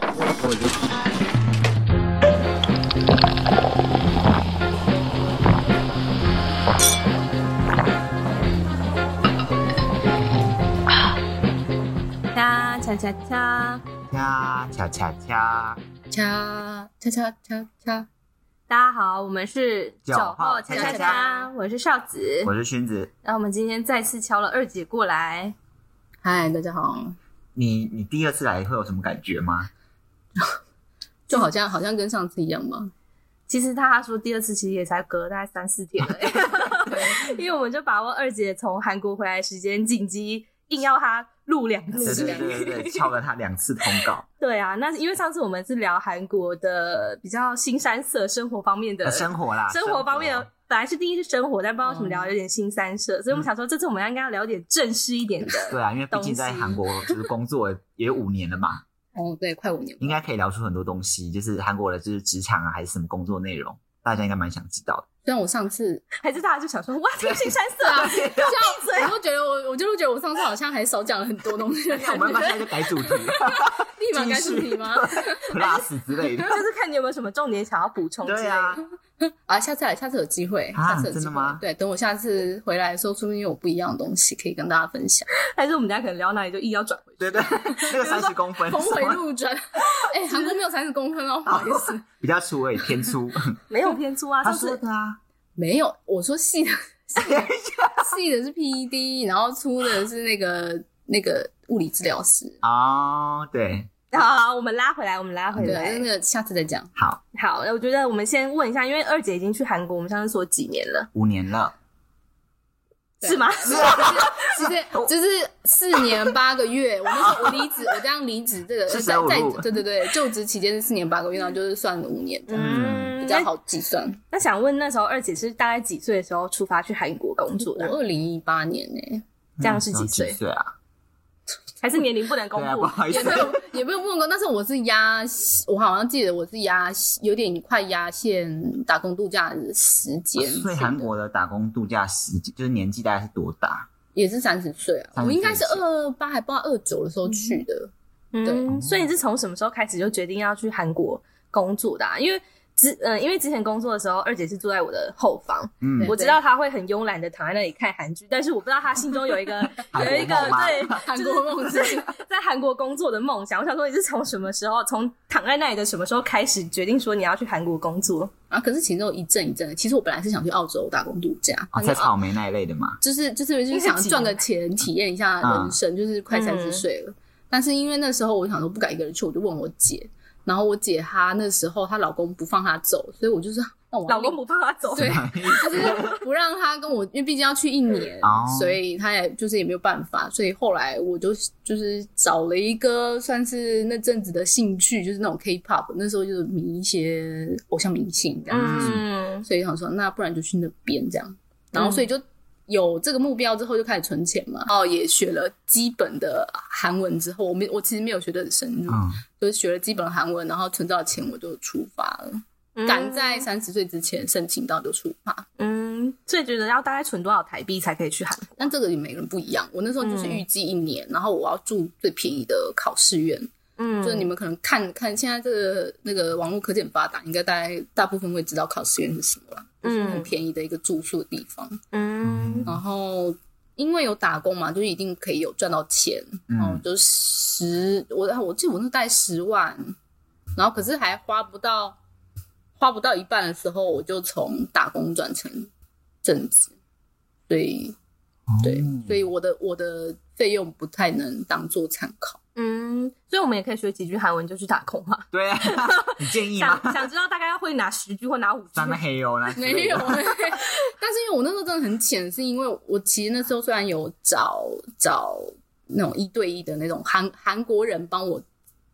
我就恰恰恰恰，掐掐掐掐，恰恰恰恰恰，大家好，我们是九号恰恰恰恰恰，我是少子我。是勋子。然后我们今天再次敲了二姐过来，嗨，大家好，你你第二次来会有什么感觉 吗？就好像好像跟上次一样吧。其实她说第二次其实也才隔大概三四天 而已，因为我们就把握二姐从韩国回来时间紧急，硬要她录两对次。对对对对，敲了他两次通 告，对啊，那因为上次我们是聊韩国的比较新山色生活方面的呃生活嗯啦，生活方面的，本来是第一是生活，但不知道为什么聊有点新三色，所以我们想说这次我们要跟他聊点正式一点的。对啊，因为毕竟在韩国就是工作也五年了嘛，哦，对，快五年应了。该可以聊出很多东西，就是韩国的就是职场啊，还是什么工作内容，大家应该蛮想知道 的。虽然我上次，还是大家就想说哇，这个新山色啊，对给我闭嘴！我都觉得我，我就觉得我上次好像还少讲了很多 东西的那感我觉们，马上就改主题 立马该主题吗？ ，plus 之类的。啊就是看你有没有什么重点想要补充之类对的。啊，啊，下次来，下次有机会，啊下次有机真的会吗对，等我下次回来的时候，说不定有不一样的东西可以跟大家分享，还是我们家可能聊哪里就硬要转回去。对 对，那个三十公分峰回 什么路 转。哎、韩国没有三十公分哦，不好意思，比较粗而已，偏 粗。没有偏粗啊，他上说次的啊，没有，我说细的，细的是 PED，然后粗的是那个那个物理治疗师。哦，对，好好，好我们拉回来，我们哎拉回对，来那。个下次再讲。好，好，那我觉得我们先问一下，因为二姐已经去韩国，我们上次说几年了，五年了，对啊是吗？ 就是就是四年八个月，我那时候我离职，我这样离职这个是在15在路对对对，就职期间是四年八个月，然后就是算五年这样，嗯比较那好计算。那想问那时候二姐是大概几岁的时候出发去韩国工作我的？二零一八年呢，这样是几岁？岁？岁啊？还是年龄不能公对啊，布不？好意也思 没，有也没有问过，但是我是压，我好像记得我是压，有点快压线打工度假的时间去的，所以韩国的打工度假时间就是年纪大概是多大？也是三十岁啊， 30我们应该是岁二八还不知道二九的时候去的，嗯，对所以你是从什么时候开始就决定要去韩国工作的、啊？因为之呃，因为之前工作的时候，二姐是坐在我的后方，嗯，对我知道她会很慵懒的躺在那里看韩剧，但是我不知道她心中有一个 韩国有一个梦吗 对韩就是国梦是对在韩国工作的梦想。我想说，你是从什么时候，从躺在那里的什么时候开始决定说你要去韩国工作？啊，可是其实都一阵一阵的。其实我本来是想去澳洲打工度假，哦，反在正草莓那一类的嘛。就是就是就是想赚个钱，体验一下人生，就是快三十岁了。但是因为那时候我想说不敢一个人去，我就问我姐，然后我姐她那时候她老公不放她走，所以我就是那我老公不怕她走，对，她就是不让她跟我，因为毕竟要去一年哦，所以她也就是也没有办法，所以后来我就就是找了一个算是那阵子的兴趣，就是那种 K-pop，那时候就是迷一些偶像明星这样子。嗯，所以想说，那不然就去那边这样。然后所以就有这个目标之后，就开始存钱嘛。然后哦也学了基本的韩文之后，我没我其实没有学得很深入，嗯，就是学了基本的韩文，然后存到钱我就出发了，嗯赶在三十岁之前申请到就出发。嗯，所以觉得要大概存多少台币才可以去韩国？但这个也每个人不一样，我那时候就是预计一年，然后我要住最便宜的考试院，嗯，就是你们可能看看现在这个那个网络科技很发达，应该大概大部分会知道考试院是什么啦，就是很嗯便宜的一个住宿的地方。嗯然后因为有打工嘛，就一定可以有赚到钱，嗯嗯、哦，就十，我我记得我那带十万，然后可是还花不到，花不到一半的时候，我就从打工转成正职，所以对，哦所以我的我的费用不太能当做参考。嗯，所以我们也可以学几句韩文就去打工嘛。对 啊，你建议吗？想想知道大概要会拿十句或拿五句咱，们黑哦油呢？ 没有、欸，但是因为我那时候真的很浅，是因为我其实那时候虽然有找找那种一对一的那种韩韩国人帮我，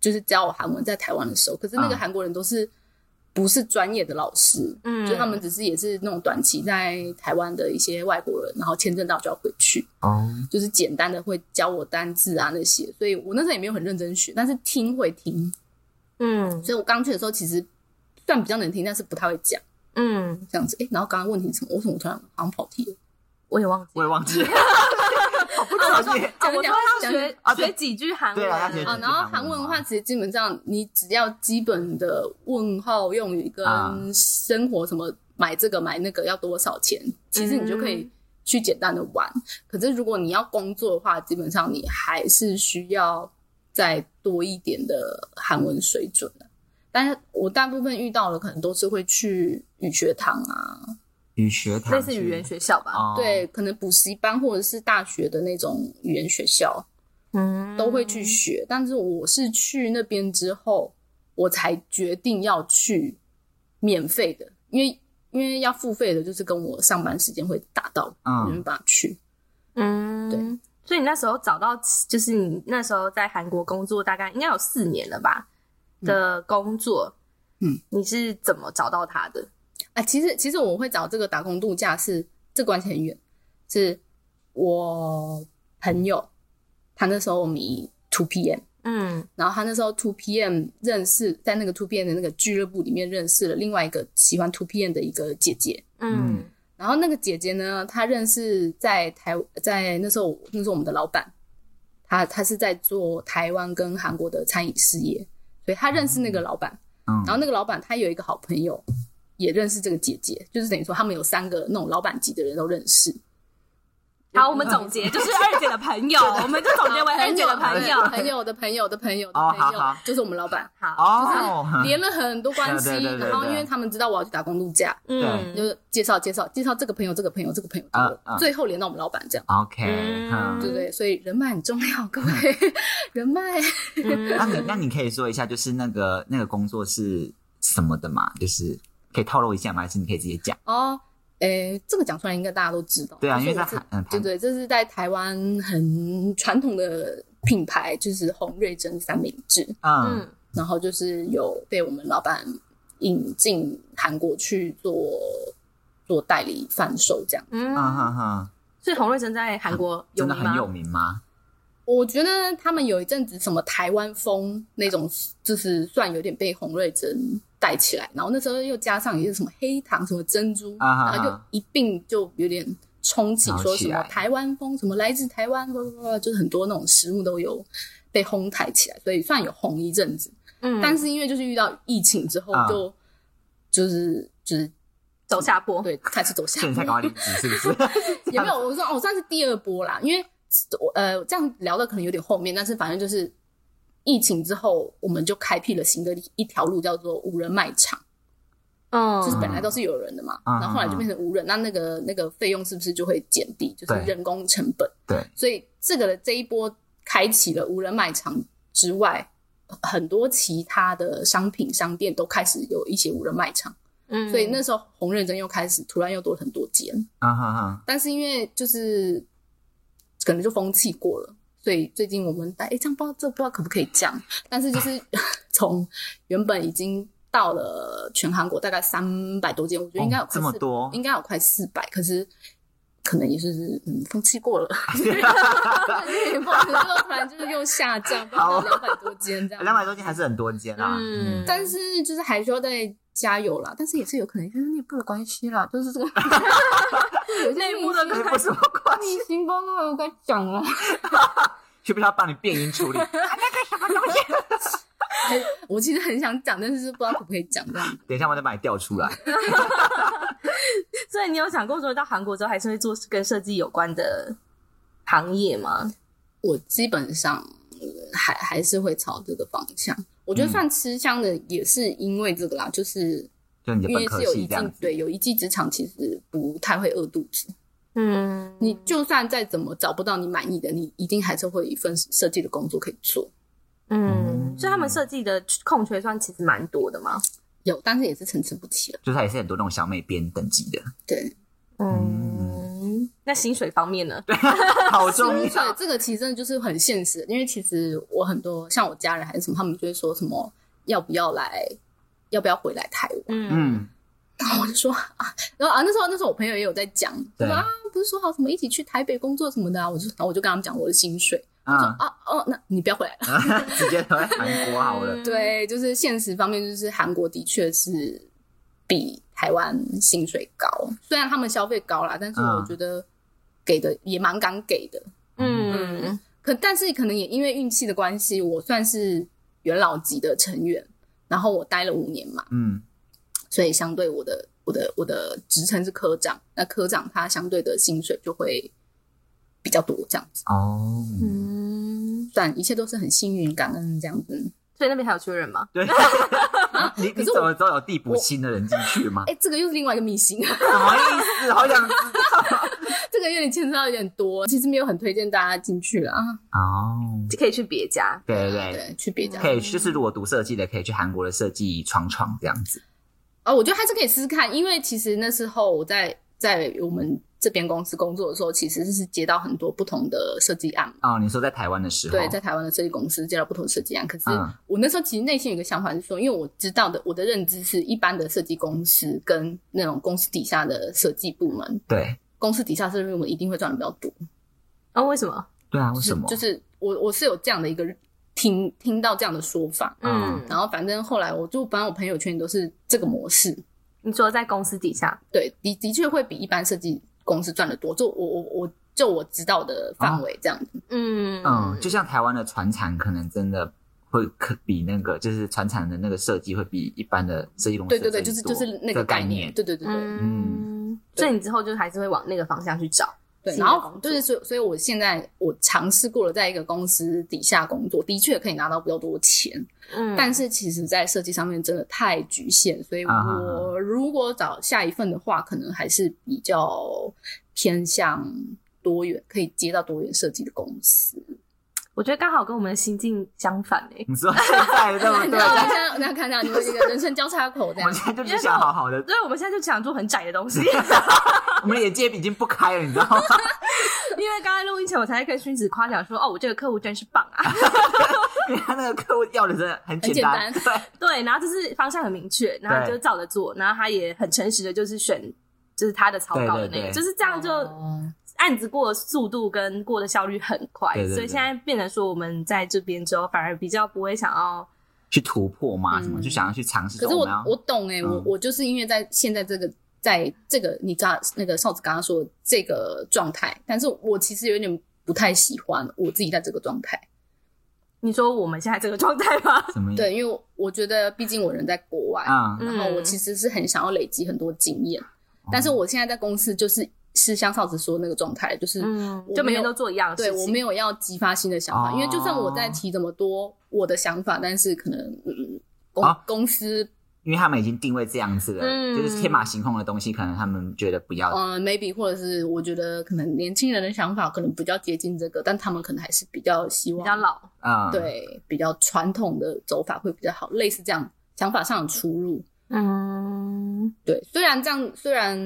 就是教我韩文在台湾的时候，可是那个嗯韩国人都是不是专业的老师，嗯就他们只是也是那种短期在台湾的一些外国人，然后签证到就要回去，哦，就是简单的会教我单字啊那些，所以我那时候也没有很认真学，但是听会听，嗯所以我刚去的时候其实算比较能听，但是不太会讲。嗯，这样子。哎、然后刚刚问题是什么？为什么我突然好像跑题了？ 我也忘记我也忘记了，哦，我说啊，讲我一说要讲讲一学啊对学几句韩对文啊要学啊，啊，然后韩文的话，其实基本上你只要基本的问号用语啊跟生活什么买这个买那个要多少钱，其实你就可以嗯去简单的玩。可是如果你要工作的话，基本上你还是需要再多一点的韩文水准的。但是我大部分遇到的可能都是会去语学堂啊，语学堂类似语言学校吧，哦，对，可能补习班或者是大学的那种语言学校，嗯，都会去学，但是我是去那边之后，我才决定要去免费的，因为因为要付费的，就是跟我上班时间会打到，我没嗯，办法去。嗯，对。所以你那时候找到，就是你那时候在韩国工作，大概应该有四年了吧嗯的工作，嗯，你是怎么找到他的？啊，其实其实我会找这个打工度假是这关系很远，是我朋友，他那时候迷 Two PM，嗯然后他那时候 Two PM 认识，在那个 Two PM 的那个俱乐部里面认识了另外一个喜欢 Two PM 的一个姐姐，嗯然后那个姐姐呢，她认识在台在那时候那时候我们的老板，她她是在做台湾跟韩国的餐饮事业，所以她认识那个老板。嗯，然后那个老板他有一个好朋友，也认识这个姐姐，就是等于说他们有三个那种老板级的人都认识。好，我们总结就是二姐的朋 友，我们就总结为二姐的朋 友。朋友的朋友的朋友的哦朋好友好，就是我们老板，好，哦，连了很多关系。对对对对对然后因为他们知道我要去打工度假，嗯，就是介绍介绍介绍这个朋友这个朋友这个朋友，这个啊啊最后连到我们老板这样。 OK，嗯嗯对不对？所以人脉很重要，各位， 人脉。嗯那啊你那你可以说一下，就是那个那个工作是什么的嘛？就是可以透露一下吗？还是你可以直接讲？哦，诶，这个讲出来应该大家都知道。对啊，就因是为在我是韩，嗯，对对，这是在台湾很传统的品牌，就是洪瑞珍三明治，嗯嗯然后就是有被我们老板引进韩国去做做代理贩售这样。嗯嗯，哼哼，所以洪瑞珍在韩国有真的名很有吗？名吗？我觉得他们有一阵子什么台湾风那种，就是算有点被洪瑞珍带起来，然后那时候又加上一些什么黑糖、什么珍珠，啊哈哈然后就一并就有点冲起，然说什么后起来台湾风，什么来自台湾，叭叭叭叭，就是很多那种食物都有被烘抬起来，所以算有红一阵子。嗯，但是因为就是遇到疫情之后啊就，就是就是走下坡，对开始走下所以你才坡赶快离职，是不是？ 也没有，我说哦，算是第二波啦，因为我呃这样聊的可能有点后面，但是反正就是疫情之后，我们就开辟了新的一条路，叫做无人卖场，嗯，就是本来都是有人的嘛，嗯然后后来就变成无人，那那个那个费用是不是就会减低，就是对人工成本？对，所以这个的这一波开启了无人卖场之外，很多其他的商品商店都开始有一些无人卖场，嗯，所以那时候红认真又开始突然又多了很多间。嗯哼哼，但是因为就是可能就风气过了，所以最近我们哎、诶这样不知道这不知道可不可以讲，但是就是 从原本已经到了全韩国大概三百多间，我觉得应该有哦快这么400多应该有快四百，可是。可能也是，嗯，风 气过了，不好意思，就突然就是又下降，到两百多间这样， 两百多间还是很多间啦。嗯嗯，但是就是还需要再加油啦，但是也是有可能就是内部的关系啦，就是 这个内部的跟不哎什么关系？逆行报告我该讲了，需不需要帮你变音处理？哎我其实很想讲，但是不知道可不可以讲这样。等一下，我再把你调出来。所以你有想过说到韩国之后还是会做跟设计有关的行业吗？我基本上呃还还是会朝这个方向。我觉得嗯算吃香的也是因为这个啦，就是就你的本因为科是有系一这技样子，对有一技之长，其实不太会饿肚子。嗯，你就算再怎么找不到你满意的，你一定还是会有一份设计的工作可以做。嗯，所以他们设计的空缺算其实蛮多的嘛。有，但是也是参差不齐了。就是它也是很多那种小美编等级的，对，嗯，那薪水方面呢？好重对，要。这个其实真的就是很现实，因为其实我很多像我家人还是什么，他们就会说什么要不要来，要不要回来台湾。嗯嗯，然后我就说啊，然后啊，那时候那时候我朋友也有在讲，对他说啊，不是说好什么一起去台北工作什么的啊，我就然后我就跟他们讲我的薪水，嗯，啊哦，那你不要回来了。直接留在韩国好了。对，就是现实方面，就是韩国的确是比台湾薪水高，虽然他们消费高啦，但是我嗯觉得给的也蛮敢给的，嗯可但是可能也因为运气的关系，我算是元老级的成员，然后我待了五年嘛，嗯所以相对我的我的我的职称是科长，那科长他相对的薪水就会比较多，这样子。哦，嗯，但一切都是很幸运，感恩这样子。所以那边还有缺人吗？ 对，你你可是怎我么知道有递补新的人进去吗？哎、这个又哎是另外一个迷信，什么意思？好想知 这个有点牵扯到有点多，其实没有很推荐大家进去啦。哦，可以去别家。对对对，对，去别家。可以就是如果读设计的，可以去韩国的设计闯闯这样子。哦，我觉得还是可以试试看，因为其实那时候我在在我们这边公司工作的时候，其实是接到很多不同的设计案嘛。哦，你说在台湾的时候，对，在台湾的设计公司接到不同设计啊案，可是嗯我那时候其实内心有一个想法是说，因为我知道的，我的认知是一般的设计公司跟那种公司底下的设计部门，对公司底下设计部门一定会赚的比较多。啊、为什么？对啊，为什么？就是我我是有这样的一个听听到这样的说法，嗯然后反正后来我就反正我朋友圈都是这个模式，你说在公司底下，对的的确会比一般设计公司赚的多，就我我我就我知道的范围这样子。嗯嗯，就像台湾的船厂，可能真的会可比那个，就是船厂的那个设计会比一般的设计公司对的对对，设就计是多就是那的个概概念，。对对对对。嗯，所以你之后就还是会往那个方向去找。对，新然的后工就是所以所以，我现在我尝试过了，在一个公司底下工作，的确可以拿到比较多钱，嗯但是其实，在设计上面真的太局限，所以啊啊啊我如果找下一份的话，可能还是比较偏向多元，可以接到多元设计的公司。我觉得刚好跟我们的心境相反欸诶、你说现在对不 你对知？道，我们现在我们看到你们这个人生交叉口我这样们，现在就只想好好的，所以我们现在就想做很窄的东西，我们的眼界已经不开了，你知道吗？ 因为刚才录音前我才跟薰子夸奖说，哦，我这个客户真是棒啊，因为他那个客户要的真的很简单，很简对，对，然后就是方向很明确，然后就照着做，然后他也很诚实的，就是选就是他的草稿的那个，对对对就是这样就哦案子过的速度跟过的效率很快，对对对所以现在变得说我们在这边之后反而比较不会想要，去突破嘛，什么嗯就想要去尝试可说。是我们要我懂哎、我嗯我就是因为在现在这个在这个你刚那个少子刚刚说的这个状态，但是我其实有点不太喜欢我自己在这个状态。你说我们现在这个状态吗？什么意思？对，因为我觉得毕竟我人在国外，嗯啊，嗯然后我其实是很想要累积很多经验，嗯但是我现在在公司就是是像少子说的那个状态，就是嗯我， 就每没天有都做一样的事对情，我没有，有要激发新的想哦法，因为就算我在提这么多我的想法，但是可能嗯公、啊公司因为他们已经定位这样子了，嗯就是天马行空的东西，可能他们觉得不要。嗯、m a y b e 或者是我觉得可能年轻人的想法可能比较接近这个，但他们可能还是比较希比望较老，嗯，，对比较传统的走法会比较好，类似这样想法上的出入。嗯，对，虽然这样，虽然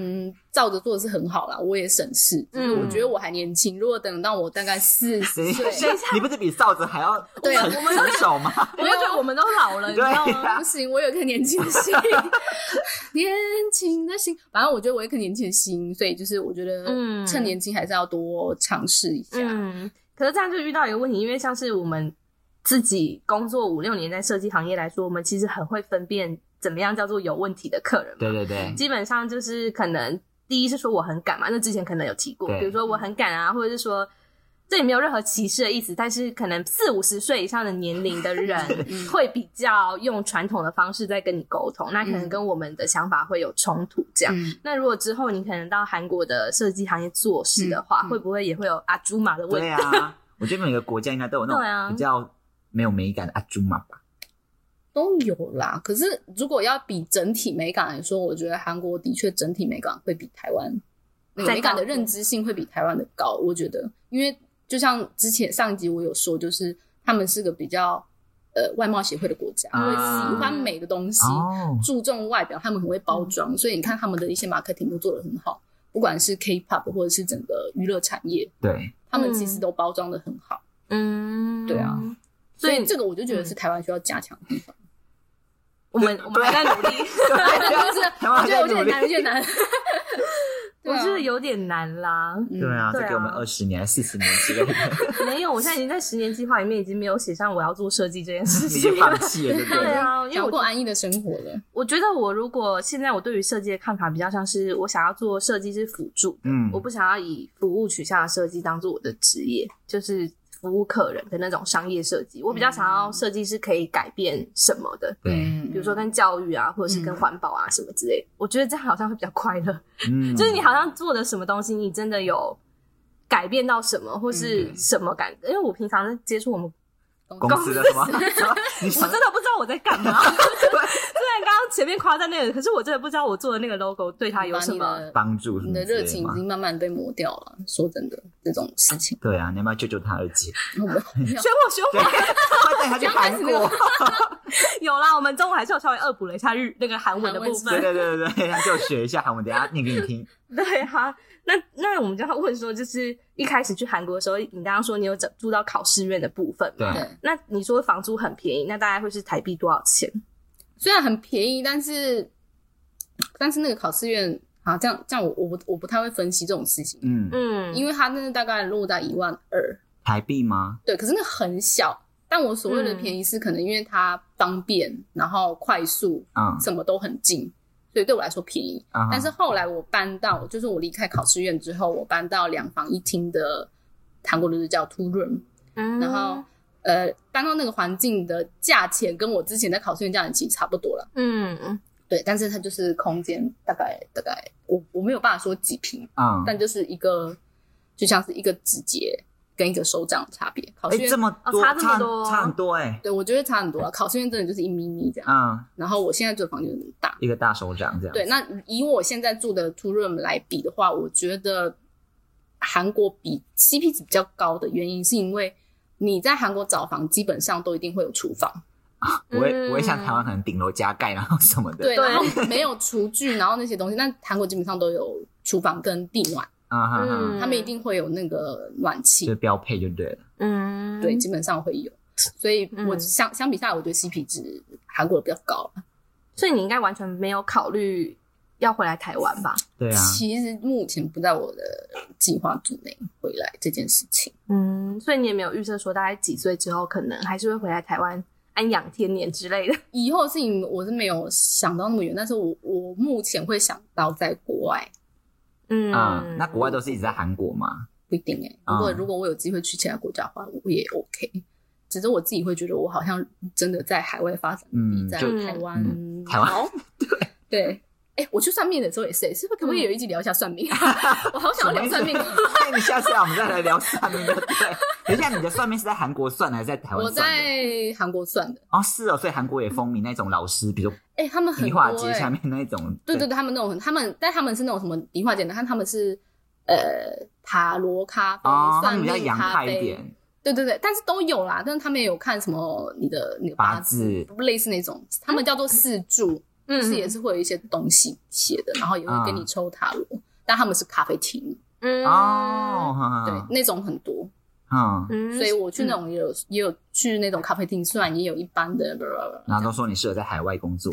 照着做是很好啦，我也省事。只是我觉嗯得我还年轻，如果等到我大概四等十一岁，下，你不是比哨子还要 对啊成成熟吗？ 我就觉得我们都老了，你知对道吗？啊哦不行，我有一颗年轻的心， 年轻的心。反正我觉得我有一颗年轻的心，所以就是我觉得嗯趁年轻还是要多尝试一下。嗯，可是这样就遇到一个问题，因为像是我们自己工作五六年在设计行业来说，我们其实很会分辨怎么样叫做有问题的客人嘛。对对对，基本上就是可能第一是说我很赶嘛，那之前可能有提过，对比如说我很赶啊，或者是说。这也没有任何歧视的意思，但是可能四五十岁以上的年龄的人嗯会比较用传统的方式在跟你沟通，那可能嗯跟我们的想法会有冲突这样。嗯那如果之后你可能到韩国的设计行业做事的话，嗯嗯会不会也会有阿朱玛的问对题？啊，我觉得每个国家应该都有对那啊种比较没有美感的阿朱玛吧。都有啦。可是如果要比整体美感来说，我觉得韩国的确整体美感会比台湾那个再美感的高认知性会比台湾的高。我觉得，因为就像之前上一集我有说，就是他们是个比较呃外貌协会的国家，啊会喜欢美的东西，哦，注重外表，他们很会包装，所以你看他们的一些 marketing 都做得很好，不管是 K-pop 或者是整个娱乐产业， 对，他们其实都包装的很好。嗯，对啊，所所以以这个我就觉得是台湾需要加强的地方。我们我们还在努力。啊就是台湾我还 啊觉得在有努点 力难，有点难。我对啊觉得有点难啦。嗯对啊，对再给我们啊二十年、四十年之类的， 没有，我现在已经在十年计划里面已经没有写上我要做设计这件事你情就了放。弃了，对不 对对？啊，因为找我过安逸的生活了。我觉得我如果现在我对于设计的看法比较像是我想要做设计是辅助，嗯我不想要以服务取向的设计当做我的职业，就是服务客人的那种商业设计。我比较想要设计是可以改变什么的，对，比如嗯说跟教育啊，或者是跟环保啊什么之类的。我觉得这样好像会比较快乐，嗯，就是你好像做的什么东西，你真的有改变到什么，或是什么感因为我平常在接触我们公司的什么？ 你我想真的不知道我在干 嘛。虽然刚刚前面夸赞那个，可是我真的不知道我做的那个 logo 对它有把什你么。的帮助什你么的之热类情吗已？经慢慢被磨掉了。说真的，这种事情，对啊，你要不要救救他二 姐？我们要选我选对，我！快带他去韩国。有啦，我们中午还是有稍微恶补了一下日那个韩文的部 分。对对对对对，就学一下韩文，等一下念给你听。对哈、那那我们就要问说，就是一开始去韩国的时候，你刚刚说你有整住到考试院的部分嘛？对对，那你说房租很便宜，那大概会是台币多少钱？虽然很便宜，但是但是那个考试院啊，这样这样我我不我不太会分析这种事情，嗯，嗯，因为它那个大概落在一万二，台币吗？对，可是那很小。但我所谓嗯的便宜是可能因为它方便，然后快速，嗯什么都很近，所以对我来说便宜。啊，但是后来我搬到，就是我离开考试院之后，我搬到两房一厅的韩国的就叫 two room，嗯然后呃，搬到那个环境的价钱跟我之前在考试院价钱其实差不多了，嗯嗯对，但是它就是空间大概大概我我没有办法说几平，嗯，但就是一个就像是一个指节跟一个手掌的差别，考试哎，院、这么多，哦差这么多差很多哎。对我觉得差很多了，考试院真的就是一咪咪这样，嗯，然后我现在住的房间很大，一个大手掌这样。对，，那以我现在住的 two room 来比的话，我觉得韩国比 CP 值比较高的原因，是因为你在韩国找房基本上都一定会有厨房，不会嗯不会像台湾可能顶楼加盖然后什么的。对，对然后没有厨具，然后那些东西，但韩国基本上都有厨房跟地暖，啊哈哈，嗯他们一定会有那个暖气，就标配就对了。嗯，对，基本上会有。所以我嗯相、相比下来，我觉得 CP 值韩国比较高。所以你应该完全没有考虑要回来台湾吧？对啊，其实目前不在我的计划之内回来这件事情。嗯，所以你也没有预测说大概几岁之后可能还是会回来台湾安养天年之类的。以后的事情我是没有想到那么远，但是我我目前会想到在国外，嗯，嗯，那国外都是一直在韩国嘛。不一定哎、欸。啊如果、如果我有机会去其他国家的话，我也 OK。只是我自己会觉得，我好像真的在海外发展比嗯，在就台湾嗯台湾 好。对对，哎、我去算命的时候也是、欸，是不是可不可以有一集聊一下算命？嗯 我好想要聊算命。那你下次啊，我们再来聊算命的。 对，等一下，你的算命是在韩国算的还是在台湾我算的？在韩国算的，哦，是哦，所以韩国也风靡那种老师，比如哎、他们很迪多、化欸，街下面那种。对对对，他们那种很，他们但他们是那种什么理化简单，他们是呃塔罗咖啡、哦，他算们比较命洋咖派啡一点。对对对，但是都有啦，但是他们也有看什么你的你的八八字，字类似那种，他们叫做四柱，嗯就是也是会有一些东西写的，然后也会给你嗯抽塔罗，但他们是咖啡厅，嗯哦，，对，哈哈那种很多，嗯，嗯所以我去那种也有、也有去那种咖啡厅，虽然也有一般的，blah blah blah 然后都说你适合在海外工 作。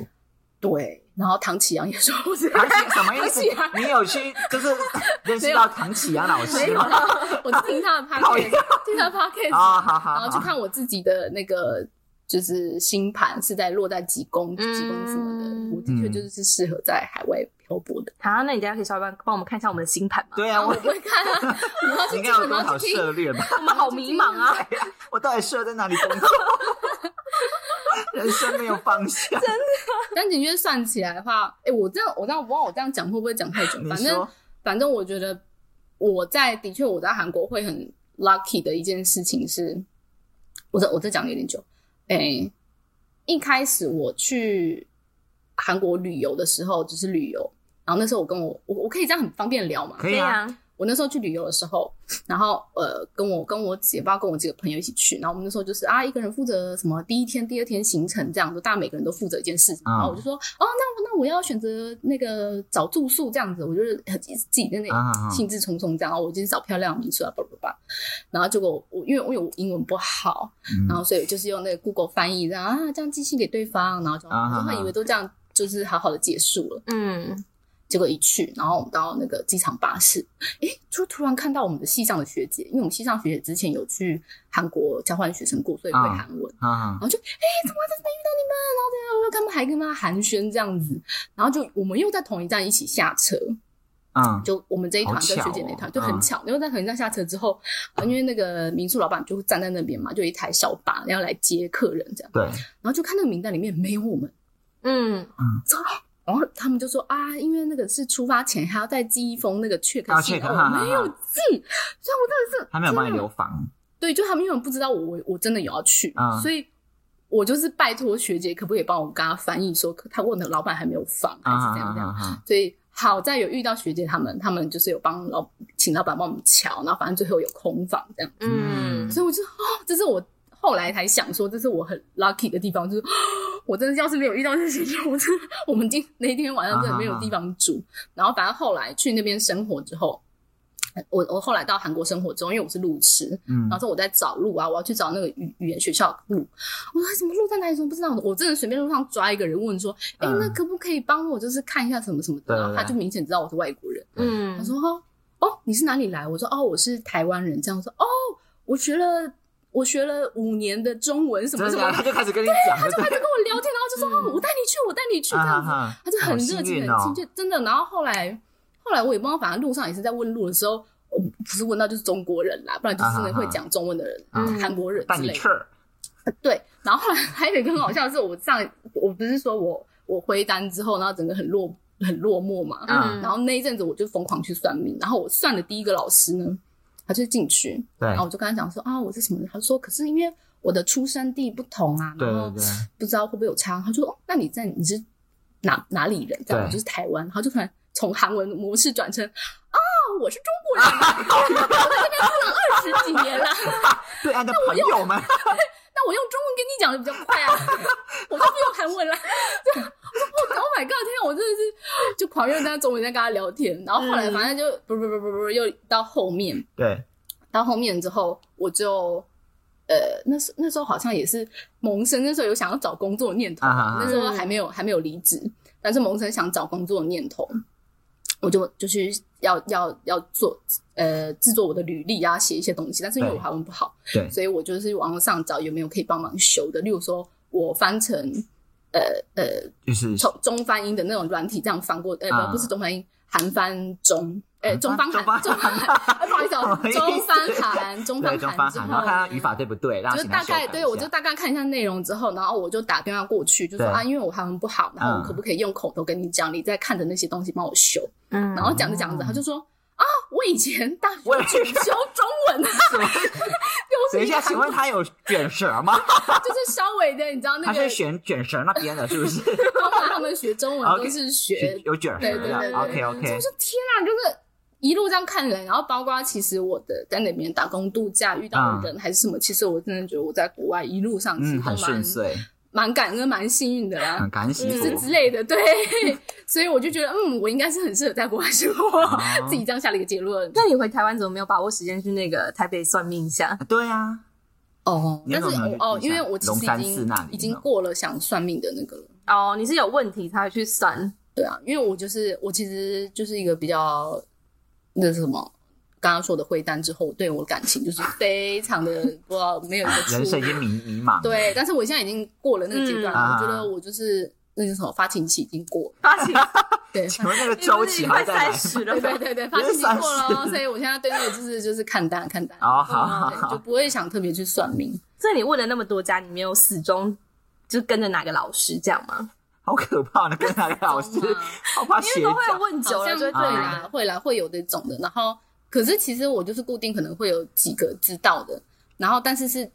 对，然后唐启阳也说我是唐启什么意思唐启阳？你有去就是 认识到唐启阳老没师有吗？啦，我是听他 的讨厌 podcast，听他的 podcast，、啊，好好然后好，去看我自己的那个就是星盘是在落在几宫、几宫什么嗯的，我的确就是是适合在海外漂泊的。好，那你等一下可以稍微帮帮我们看一下我们的星盘吗？对然啊，后我我不会 看啊，我要去你听，看有我多要少去听。涉猎吧？ 我们好迷茫啊！我到底适合在哪里工 作？人生没有方向。 但你约算起来的话，哎，我这样我这样我不知道我这样讲会不会讲太久，你反正说反正我觉得我在的确我在韩国会很 lucky 的一件事情是，我这我这讲有点久，哎，一开始我去韩国旅游的时候，只是旅游。然后那时候我跟我我我可以这样很方便聊嘛，可以啊，，我那时候去旅游的时候，然后呃，跟我跟我姐，包括跟我几个朋友一起去，然后我们那时候就是啊，一个人负责什么第一天、第二天行程这样子，大家每个人都负责一件事情。嗯然后我就说，哦，那那我要选择那个找住宿这样子，我就是很自己在那啊啊啊里兴致冲冲这样，哦然后我就是找漂亮的民宿啊，叭叭叭。然后结果我我因为我有英文不好，嗯然后所以就是用那个 Google 翻译这样啊，这样寄信给对方，然后就啊啊啊然后以为都这样就是好好的结束了。嗯结果一去，然后我们到那个机场巴士，诶，就突然看到我们的系上的学姐，因为我们系上学姐之前有去韩国交换学生过，所以会啊韩文。啊然，后就哎、欸怎么在这里遇到你们？然后这样，然后跟他们还跟他寒暄这样子，然后就我们又在同一站一起下车，嗯，就我们这一团好跟巧学姐那哦团、就很嗯巧，然后在同一站下车之后，啊因为那个民宿老板就站在那边嘛，就有一台小巴要来接客人这样，对，然后就看那个名单里面没有我们，嗯，然后他们就说啊，因为那个是出发前还要再寄一封那个 check 还要信，啊 check，哦哈哈哈没有寄， 所以我真的是他没有帮你真的留房，对，就他们因为不知道我我我真的有要去，啊所以我就是拜托学姐可不可以帮我跟她翻译说，可他问的老板还没有放，还是啊怎样怎样。啊所以好在有遇到学姐他们，他们就是有帮老请老板帮我们瞧，然后反正最后有空房这样。嗯，所以我就哦，这是我后来才想说，这是我很 lucky 的地方，就是、哦我真的要是没有遇到这些，我真的我们今那一天晚上真的没有地方住。啊然后反正后来去那边生活之后，我我后来到韩国生活之后，因为我是路痴，嗯然后说我在找路啊，我要去找那个语语言学校的路。我说哎怎么路在哪里？怎么不知道？我真的随便路上抓一个人问说，哎、嗯那可不可以帮我就是看一下什么什么的？对对然后他就明显知道我是外国人。嗯，他说哦哦，你是哪里来？我说哦，我是台湾人。这样说哦，我学了我学了五年的中文什么真什的啊么假的，的，他就开始跟你讲，对不他就对跟我聊天，然后就说、嗯哦，我带你去，我带你去这啊样子。哈，他就很好热幸情，运很哦亲切，真的。然后后来后来我也不知道，反正路上也是在问路的时候，我不是问到就是中国人啦，不然就是真的会讲中文的人，啊哈哈韩国人带之你类去的。儿，对，然后后来还有一个很好笑的是，我上我不是说我我回单之后，然后整个很落很落寞嘛，嗯然后那一阵子我就疯狂去算命，然后我算的第一个老师呢，他就进去，对然后我就跟他讲说啊，我是什么人？他说可是因为我的出生地不同啊，对然后对 对，不知道会不会有差。他说：“哦，那你在你是哪哪里人？”这样对我就是台湾。他就突然从韩文模式转成啊，我是中国人， 我在这边住了二十几年了，对岸的朋友们，那我用中文跟你讲的比较快啊， 我就不用韩文了。对，我说 Oh my god！天啊，我真的是就狂用在中文在跟他聊天，然后后来反正就不不不不不，又到后面。对，到后面之后，我就呃，那时那时候好像也是萌生那时候有想要找工作的念头，啊哈哈那时候还没有还没有离职，但是萌生想找工作的念头，我就就去要要要做呃制作我的履历啊，写一些东西，但是因为对我韩文不好，对所以我就是网络上找有没有可以帮忙修的，例如说我翻成呃呃就是从中翻英的那种软体这样翻过，呃、啊不是中翻英，韩翻中，呃，韩翻中翻韩，中中翻翻韩，哎不好意思 哦，不好意思中翻韩，中对翻中方韩之喊，然后看他语后。法对不对，然后就是请他大概修改一对我就下大概看一下内容之后，然后我就打电话过去，就说对啊，因为我韩文不好，然后嗯我可不可以用口头跟你讲，你在看的那些东西帮我修？嗯，然后讲着讲着，他就说啊，我以前大学我也主修中文， 什么又等是一下，韩请文问他有 卷舌吗？就是稍微的，你知道那他个是，选卷舌那边的，是不是？通常他们学中文都 OK，是学是有卷对舌对对的。对 OK 就 OK，是天啊，就是一路这样看人，然后包括其实我的在那边打工度假遇到的人还是什么，其实我真的觉得我在国外一路上其实啊嗯，都很蛮、顺遂，蛮感恩、蛮幸运的啦很。感恩嗯惜是福之。类的，对，所以我就觉得，嗯，我应该是很适合在国外生活，哦 自己这样下了一个结论。那你回台湾怎么没有把握时间去那个台北算命一下？对啊，哦你但有是没有去我哦，一因下为我其实龙已山寺经那里已经呢过了想算命的那个了，哦，你是有问题才会去 算，对啊，因为我就是我其实就是一个比较那是什么，刚刚说的灰单之后，对我的感情就是非常的不知道没有一个 人出生已经路。迷迷茫。对，，但是我现在已经过了那个阶段了，嗯我觉得我就是那是什么发情期已经过了，发情 对。请问那个周期快还在哪三里？十了对吧？对对对，发情期三十过了哦，所以我现在对那个就是就是看淡看淡，哦，好好对，就好，不会想特别去算命。所以你问了那么多家，你没有始终就跟着哪个老师这样吗？好可怕的，跟那个老师 懂啊吗，好怕因学为都会长。问哦 久了好像啊就会会对啊啦。啦，会啦，会有这种的。然后，可是其实我就是固定可能会有几个知道的，然后但是是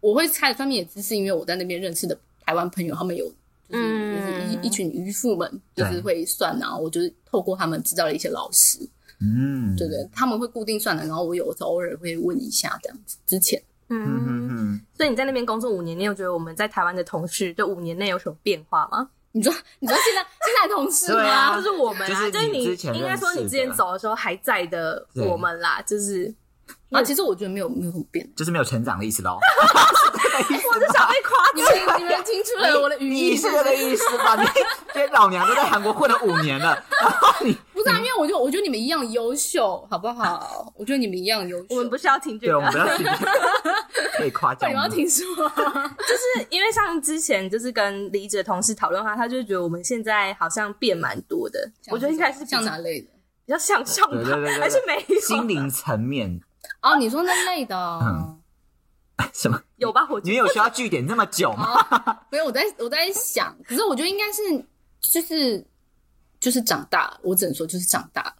我会开始算命也只是因为我在那边认识的台湾朋友，他们有就是、嗯就是一一群渔夫们，就是对会算，然后我就是透过他们知道了一些老师，嗯，对对，他们会固定算的，然后我有时候偶尔会问一下这样子。之前嗯嗯嗯，嗯，所以你在那边工作五年，你有觉得我们在台湾的同事这五年内有什么变化吗？你说你说现在现在的同事对吗啊？就是我们啦，就是是你你之前应该说你之认识前的走的时候还在的对我们啦，就是 啊，其实我觉得没有没有什么变，就是没有成长的意思喽。我就想被夸你奖。们你们听出来我的语你义是是这不个是？意思吧？你这老娘都在韩国混了五年了，然后你不是啊，因为我就我觉得你们一样优秀，好不好？我觉得你们一样优秀。我们不是要听这对我个啊们，不要听，可以夸不奖 然你们要吗？听说啊，就是因为像之前就是跟离职的同事讨论的话，他就觉得我们现在好像变蛮多的。 我觉得应该是比较像哪类的？比较向上吧，对对对对对还是没有心灵层面 啊哦，你说那类的哦。嗯什么？有吧？我觉你得们有需要据点这么久吗？哦，没有，我在我在想，可是我觉得应该是就是就是长大了，我只能说就是长大了，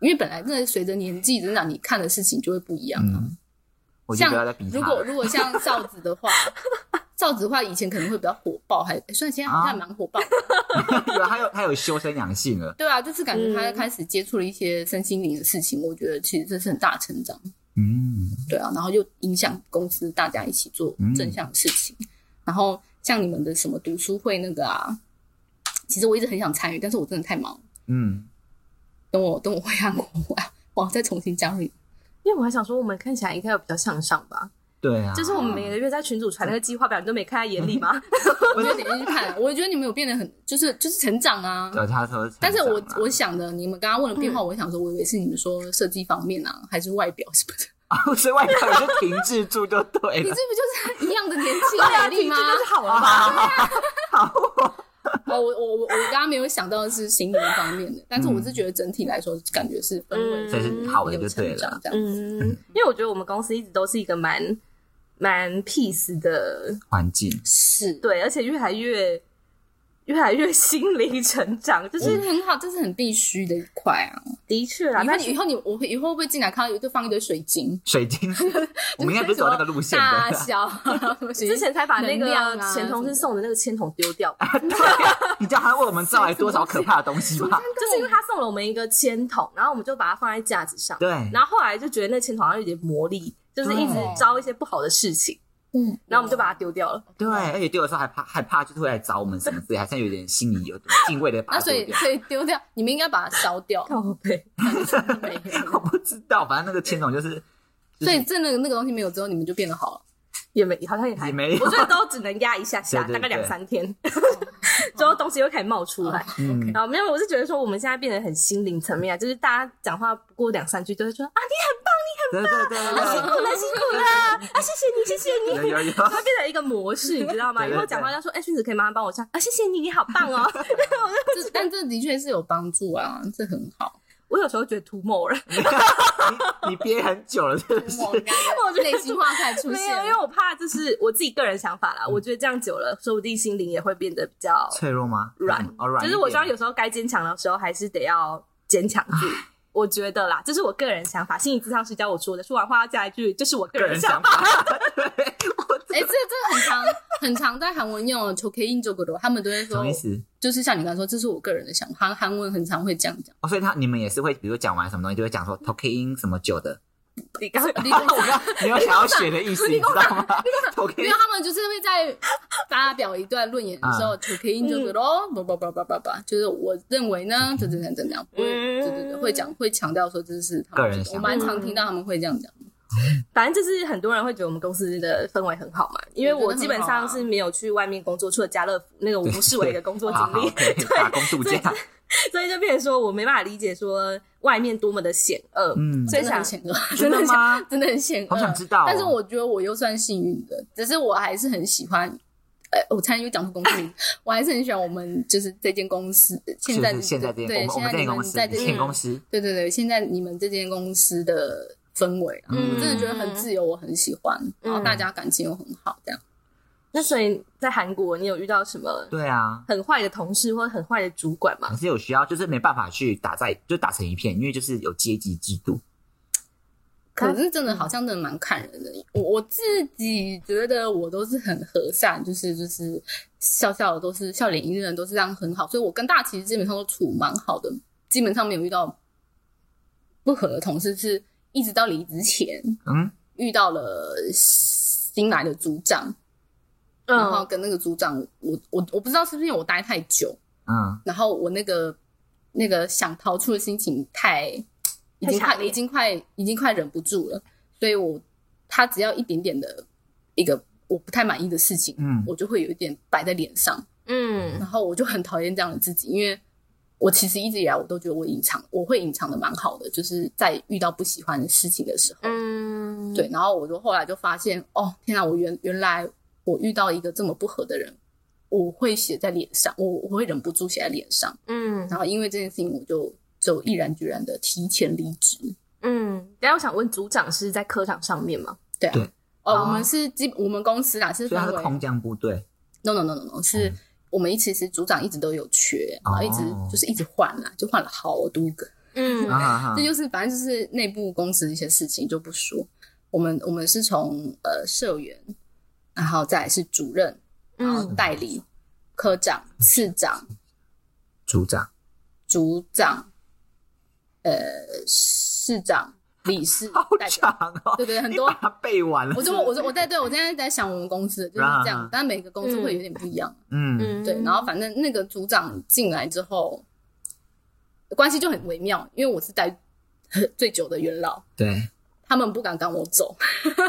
因为本来真的随着年纪增长，你看的事情就会不一样啊。嗯，我就像不要再逼他如了。果如果像哨子的话，哨子的话以前可能会比较火爆，还虽然现在好像啊蛮火爆的， 对，啊他有他有修身养性了。对啊，就是感觉他嗯开始接触了一些身心灵的事情，我觉得其实这是很大的成长。嗯，对啊，然后又影响公司大家一起做嗯正向的事情。然后像你们的什么读书会那个啊，其实我一直很想参与，但是我真的太忙了。嗯，等我等我回韩国，我要 我要再重新加入你。因为我还想说，我们看起来应该有比较向上吧？对啊，就是我们每个月在群组传那个计划表，你都没看在眼里 吗？我觉得你们去看，我觉得你们有变得很，就是就是成长啊。对他说成长啊，但是我我想的，你们刚刚问的变化，我想说，我以为是你们说设计方面啊，还是外表什么的。啊，所以外表也就停滞住就对你了 这。不就是一样的年 纪啊，美丽吗？这就是好了吧？啊，哦，我我我我刚刚没有想到是心灵方面的，但是我是觉得整体来说，感觉是氛围嗯这是好的嗯有就对了成长。这样。嗯，因为我觉得我们公司一直都是一个蛮蛮 peace 的， 环境是，对，而且越来越越来越心灵成长，就这是嗯是很好，这是很必须的一块啊。的确啦，以后但你以后你我会以后会不会进来看到有就放一堆水晶？水晶，我们应该不是走那个路线 大的。小，啊 之之前才把那能个量啊前同事送的那个铅筒丢掉，对啊你知道他为我们造来多少可怕的东西吗？就是因为他送了我们一个铅筒，然后我们就把它放在架子上，对，然后后来就觉得那铅筒好像有点魔力，就是一直对招一些不好的事情，嗯，然后我们就把它丢掉了。对，而且丢的时候还怕害怕，就是会来找我们什么之类，还算有点心里有敬畏的把它那啊所丢以掉。所以丢掉，你们应该把它烧 掉。靠背，没我有不知道，反正那个千总就是所以真的那个东西没有之后，你们就变得好了。也没好像也还也没有我觉得都只能压一下下，对对大概两对三天，哦之后东西又开始冒出来。嗯，啊，没有，我是觉得说我们现在变得很心灵层面啊，就是大家讲话不过两三句就会说啊，对你对对辛对苦了，辛苦了，啊，谢谢你，谢谢你，对，有有有，它变成一个模式，你知道吗？对以对后讲话要说，哎，君子可以麻烦帮我唱啊，谢谢你，你好棒 哦。这 但这的确是有帮助啊，这很好。 我有时候觉得 too much 了，你你憋很久了，是不是？我内心话才出没现有，因为了。我怕就是我自己个人想法嗯啦，我觉得这样久了，说不定心灵也会变得比较脆弱吗？软哦软就一点，是我知道有时候该坚强的时候，还是得要坚强住。我觉得啦，这是我个人想法。心理咨商师教我说的，说完话要加一句，这是我个个人人想 想法。法，哎、这这很常很常在韩文用 c h o k e in j o g o 他们都会什说么意，思？就是像你刚才说，这是我个人的想法。韩韩文很常会这样讲。哦，所以他你们也是会，比如讲完什么东西，就会讲说 “toking 什么酒的你啊刚刚”，你懂吗我刚没有想要学的意思，你知道吗因为？“toking” 他们就是会在发表一段论演的啊时候 c h o k e in j o g o 叭叭叭叭叭叭，就是我认为呢，就怎样怎样，不会，嗯对对对，会讲会强调说这是他们个人想我法蛮常听到他们会这样讲。反正就是很多人会觉得我们公司的氛围很好嘛，因为啊我基本上是没有去外面工作，除了家乐福那个我不视为一个工作 好经好历， ，OK，打工度假，所以就变成说我没办法理解说外面多么的险恶。嗯，所以真的很险恶， 真的很吗？真的很险恶。好想知道哦但是我觉得我又算幸运的，只是我还是很喜欢。呃，我参与讲出公司名 字，我还是很喜欢我们就是这间公司现是在是，现在这对间我们我们现这间在你公们司，在这以间前公司，对对对，现在你们这间公司的氛围啊，嗯我真的觉得很自由，我很喜欢，然后大家感情又很好，这样。那所以在韩国，你有遇到什么对啊，很坏的同事或者很坏的主管吗可？是有需要，就是没办法去打在，就打成一片，因为就是有阶级制度，可是真的好像真的蛮看人的，我我自己觉得我都是很和善，就是就是笑笑的都是笑脸迎人，都是这样很好，所以我跟大家其实基本上都处蛮好的，基本上没有遇到不合的同事，是一直到离职前嗯，遇到了新来的组长，然后嗯，跟那个组长，我我我不知道是不是因为我待太久，嗯，然后我那个那个想逃出的心情太，已经强快烈已经快已经快忍不住了，所以我他只要一点点的一个我不太满意的事情，嗯我就会有一点摆在脸上，嗯然后我就很讨厌这样的自己，因为我其实一直以来我都觉得我隐藏，我会隐藏的蛮好的，就是在遇到不喜欢的事情的时候，嗯，对，，然后我就后来就发现，哦，天啊，我原原来我遇到一个这么不合的人，我会写在脸上，我我会忍不住写在脸上，嗯然后因为这件事情，我就就毅然决然的提前离职。嗯。等一下我想问，组长是在科场上面吗？对啊，对哦，哦我们是基我们公司啦，是所以他分是为空降部队 no no no no no，是嗯我们一其实组长一直都有缺，然哦后一直就是一直换啦，就换了好多个。嗯啊哈哈这就是反正就是内部公司的一些事情就不说。我们我们是从呃社员，然后再来是主任，然后嗯代理、科长、次长、组长，组长，呃市长、理事好代长表，哦，对对，很你多把它背完了，我就我就我在对我现在在想我们公司的就是这样啊，但每个公司会有点不一样。嗯嗯，对，然后反正那个组长进来之后，关系就很微妙，因为我是待 最久的元老，对，他们不敢赶我走，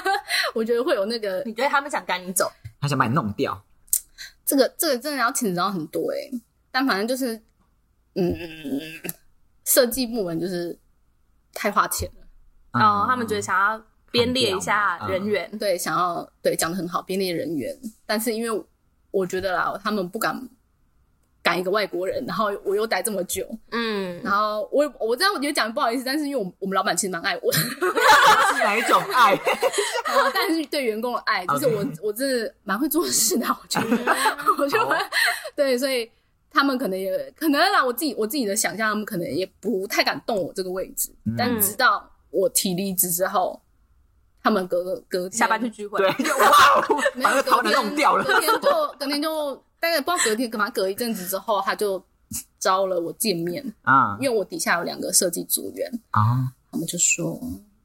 我觉得会有那个你觉得他们想赶你走？他想把你弄掉，这个这个真的要请到很多哎、但反正就是嗯，设计部门就是太花钱了。嗯哦，他们 觉得想要编列一下砍掉嘛人员，对，想要对讲的很好，编列人员，但是因为我觉得啦，他们不敢赶一个外国人，然后我又待这么久，嗯，然后我也我知道我觉得讲不好意思，但是因为我们我们老板其实蛮爱 我的，是哪一种爱？然后但是对员工的爱，就是啊我我真的蛮会做事的，我觉 得，我就好蛮 对，所以他们可能也可能啦，我自己我自己的想象，他们可能也不太敢动我这个位置，嗯但直到我提离职之后，他们隔隔天下班去聚会，对，就 哇哦， 没把那有个头给弄掉了，隔天就隔天就，大概不知道隔天，干嘛隔一阵子之后，他就招了我见面，啊因为我底下有两个设计组员，啊，他们就说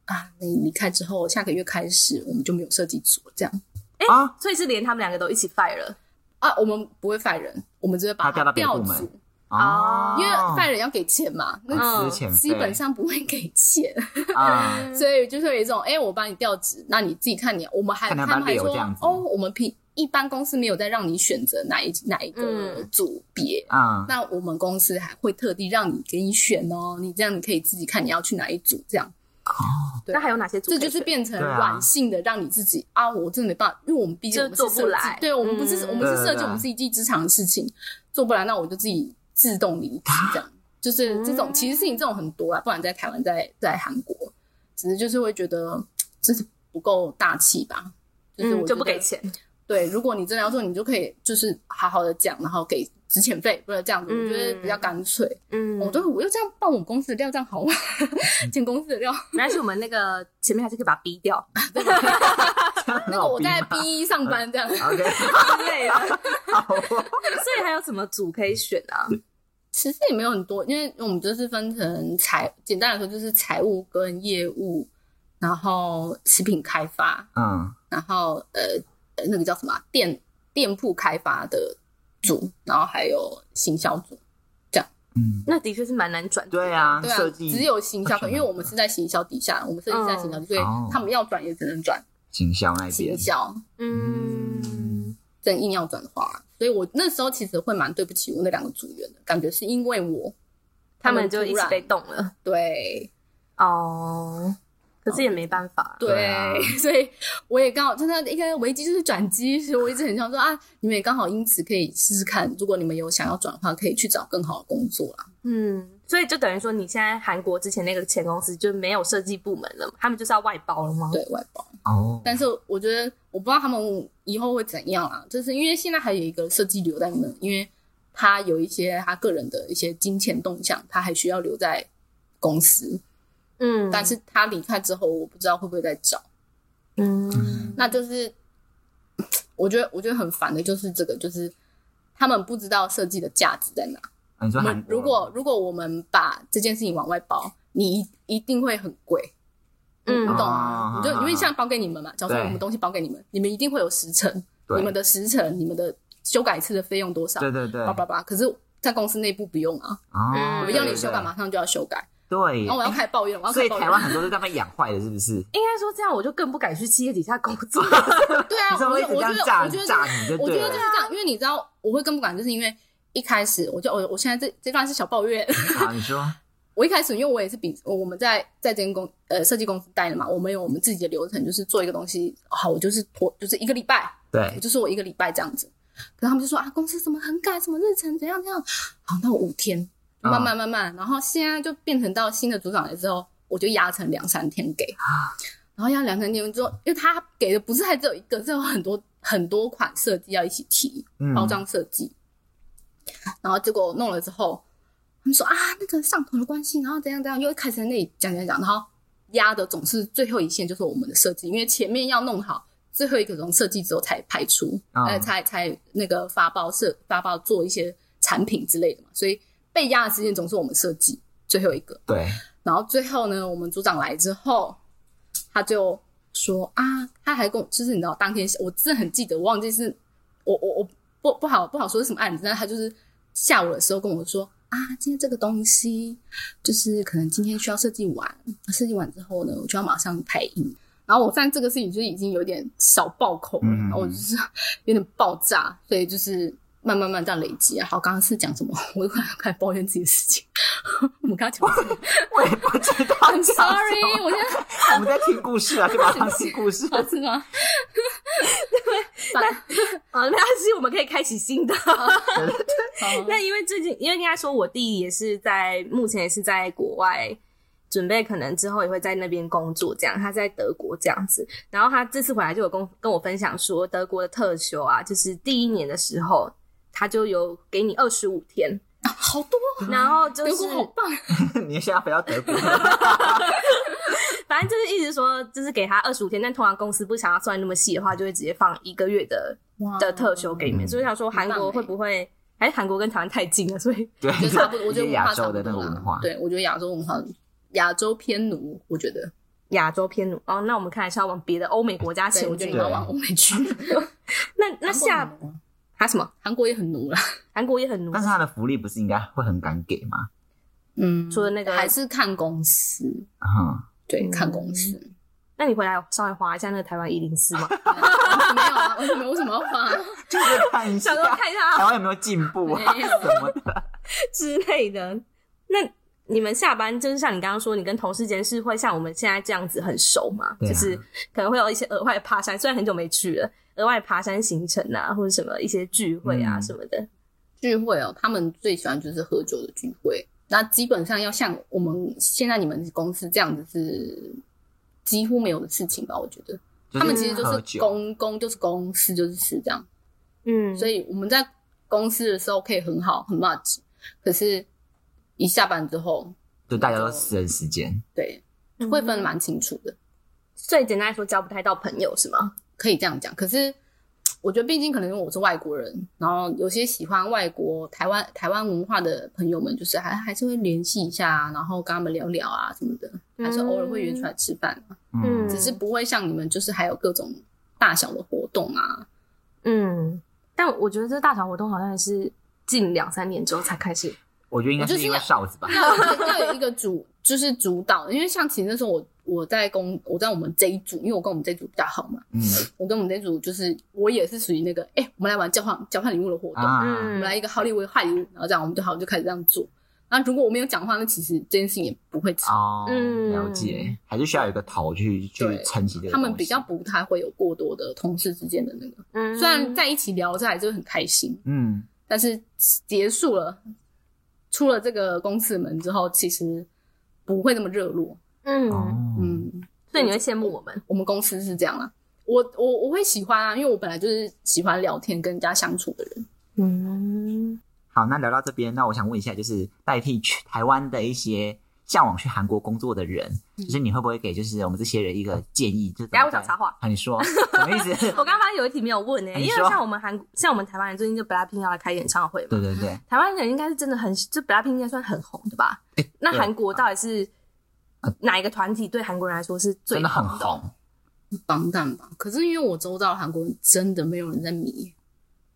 啊，你离开之后，下个月开始我们就没有设计组了这样哎啊，所以是连他们两个都一起 fire 了，啊，我们不会 fire 人，我们只会把他调到别的调部门组，哦啊因为 fire 人要给钱嘛，那私钱基本上不会给钱，嗯 啊，所以就是有一种，哎、我把你调职，那你自己看你，我们还看你要不要他们还留说这样，子哦，我们平一般公司没有再让你选择哪一哪一个嗯组别，啊，那我们公司还会特地让你给你选哦，你这样你可以自己看你要去哪一组，这样对那还有哪些组可这以选？就是变成对啊软性的，让你自己啊，我真的没办法，因为我们毕竟就我们是做不设计来对我们不是、嗯我们是对设对计，对我们是一技之长的事情，做不来，那我就自己自动离职，这样就是这种，嗯其实事情这种很多啦，不管在台湾，在在韩国，只是就是会觉得这是不够大气吧，就是我嗯，觉就不得给钱，对，如果你真的要做，你就可以就是好好的讲，然后给纸钱费，不是这样子，我觉得比较干脆。嗯，我都我又这样爆我公司的料，这样好吗？嗯 剪公司的料，没关系，我们那个前面还是可以把它逼掉那个我在 B 上嗯班这 样。OK，之 类的，好哦，所以还有什么组可以选啊？其实也没有很多，因为我们就是分成财，简单来说就是财务跟业务，然后食品开发，嗯然后呃呃那个叫什么啊店店铺开发的组，然后还有行销组。嗯，那的确是蛮难转，对，啊，对啊设，计只有行销，为什么因为我们是在行销底下，我们设计是在行销，所以哦他们要转也只能转行销那边行，销。嗯真硬要转的话，所以我那时候其实会蛮对不起我那两个组员的，感觉是因为我他们就一突起然被动了，对哦，可是也没办法，对对啊 所以我也刚好，真的一个危机就是转机，所以我一直很想说啊，你们也刚好因此可以试试看，如果你们有想要转的话，可以去找更好的工作啦。嗯，所以就等于说，你现在韩国之前那个前公司就没有设计部门了，他们就是要外包了吗？对外包，哦，但是我觉得我不知道他们以后会怎样啊，就是因为现在还有一个设计留在那，因为他有一些他个人的一些金钱动向，他还需要留在公司，嗯，但是他离开之后，我不知道会不会再找。嗯那就是我觉得我觉得很烦的就是这个，就是他们不知道设计的价值在哪。哎你说我韩们国如果如果我们把这件事情往外包，你一一定会很贵。嗯你懂啊吗？你就因为现在包给你们嘛，假如说对我们东西包给你们，你们一定会有时程，对你们的时程，你们的修改一次的费用多少，对对对叭叭叭。可是，在公司内部不用啊，哦嗯我们要你修改，马上就要修改。对然哦后，我要开始抱怨，我要所开以始抱台怨。湾很多都在被养坏了，是不是？应该说这样我就更不敢去企业底下工 作。哦对啊，你我知道会觉一得直这样我觉得炸我你炸你觉得就我觉对得就是了。这样，因为你知道我会更不敢，就是因为一开始我就哦我我现在这这段是小抱怨， 好，你说，我一开始因为我也是比我们在在这间公呃设计公司待的嘛，我们有我们自己的流程，就是做一个东西，哦好，我就是拖就是一个礼拜，我对，就说我一个礼拜这样子，可是他们就说啊公司怎么很赶，什么日程怎样怎样，好，那我五天，嗯慢慢慢慢，然后现在就变成到新的组长来之后，我就压成两三天给，然后压两三天之后，因为他给的不是还只有一个，是有很多很多款设计要一起提，嗯，包装设计。然后结果弄了之后，他们说啊，那个上头的关系，然后怎样怎样，又开始在那里讲讲讲，然后压的总是最后一线就是我们的设计，因为前面要弄好，最后一个从设计之后才排出，嗯呃，才才那个发包设发包做一些产品之类的嘛，所以被压的时间总是我们设计最后一个。 对，然后最后呢，我们组长来之后，他就说啊，他还跟我，就是你知道，当天我真的很记得，我忘记是我我我不不好不好说是什么案子，但是他就是下午的时候跟我说啊，今天这个东西就是可能今天需要设计完，设计完之后呢，我就要马上排印。然后我在这个事情就是已经有点小爆口了，嗯然后我就是有点爆炸，所以就是慢慢慢这样累积啊。好，刚刚是讲什么？ 我又开始开始抱怨自己的事情。 我们刚刚讲什么我也不知道 I'm 讲什么。 sorry，我现 在我们在听故事啊，就 把它当听故事。好吃吗？对，啊，没关系，我们可以开启新的。好那因为最近，因为应该说，我弟也是在目前也是在国外准备，可能之后也会在那边工作，这样他在德国这样子。然后他这次回来就有跟跟我分享说，德国的特休啊，就是第一年的时候，他就有给你二十五天，好多，然后就德是国好 棒，你现在回到德 国了，反正就是一直说，就是给他二十五天，但通常公司不想要算那么细的话，就会直接放一个月的哇的特休给你们。嗯所以想说，韩很棒国欸会不会？还是韩国跟台湾太近了，所以对，就差不多，我觉一 些得文亚化洲的差不那个多文啦化。对我觉得亚洲文化，亚洲偏奴，我觉得，亚洲偏奴哦，那我们看来是要往别的欧美国家对，前我觉得进你对要。往欧美去。那那下韩国很奴啊还什么？韩国也很奴啦，韩国也很奴但，是他的福利不是应该会很敢给吗？ 嗯除了那个还是看公司，嗯，对嗯，看公司。那你回来稍微划一下那个台湾一零四吗？没有啊，为什么为什么要花？就是看一下 想 说看一下台啊湾有没有进步啊 没有什么的。之类的。那你们下班就是像你刚刚说，你跟同事间是会像我们现在这样子很熟吗？对啊就是可能会有一些额外爬山，虽然很久没去了，额外爬山行程啊，或者什么一些聚会啊嗯什么的。聚会哦，他们最喜欢就是喝酒的聚会。那基本上要像我们现在你们公司这样子是几乎没有的事情吧？我觉得就他们其实喝就是酒公公就是公司就是事这样，嗯，所以我们在公司的时候可以很好很 much，可是一下班之后，就大家都私人时间，对以嗯会分得蛮清楚的，所以简单来说，交不太到朋友是吗？可以这样讲。可是我觉得，毕竟可能因为我是外国人，然后有些喜欢外国台湾台湾文化的朋友们，就是还还是会联系一下啊，然后跟他们聊聊啊什么的，还是偶尔会约出来吃饭啊、嗯只是不会像你们就是还有各种大小的活动啊。嗯，但我觉得这大小活动好像也是近两三年之后才开始。我觉得应该我就是是因为要哨 子吧，要有一个要有一个主就是主导，因为像其实那时候我我在公我在我们这一组，因为我跟我们这一组比较好嘛，嗯我跟我们这一组就是我也是属于那个哎、我们来玩交换交换礼物的活动。啊，嗯我们来一个好礼物，坏礼物，然后这样我们就好，我们就开始这样做。那如果我没有讲的话，那其实这件事情也不会吵。哦，嗯了解，还是需要有一个头去去对撑起这个东西。他们比较不太会有过多的同事之间的那个，嗯虽然在一起聊这还是会很开心，嗯，但是结束了，出了这个公司的门之后，其实不会那么热络。嗯，哦，嗯，所以你会羡慕我们。我们公司是这样啊。我我我会喜欢啊，因为我本来就是喜欢聊天、跟人家相处的人。嗯，好，那聊到这边，那我想问一下，就是代替去台湾的一些向往去韩国工作的人，嗯就是你会不会给就是我们这些人一个建议？就是等一下大我想插话，啊，你说什么意思？ 我刚刚发现有一题没有问呢、欸啊你因为说像我们韩，像我们台湾人最近就 BLACKPINK 要来开演唱会嘛，对对对，台湾人应该是真的很，就 BLACKPINK 应该算很红的吧？那韩国到底是哪一个团体对韩国人来说是最啊真的很红的？红防弹吧，可是因为我周遭的韩国人真的没有人在迷，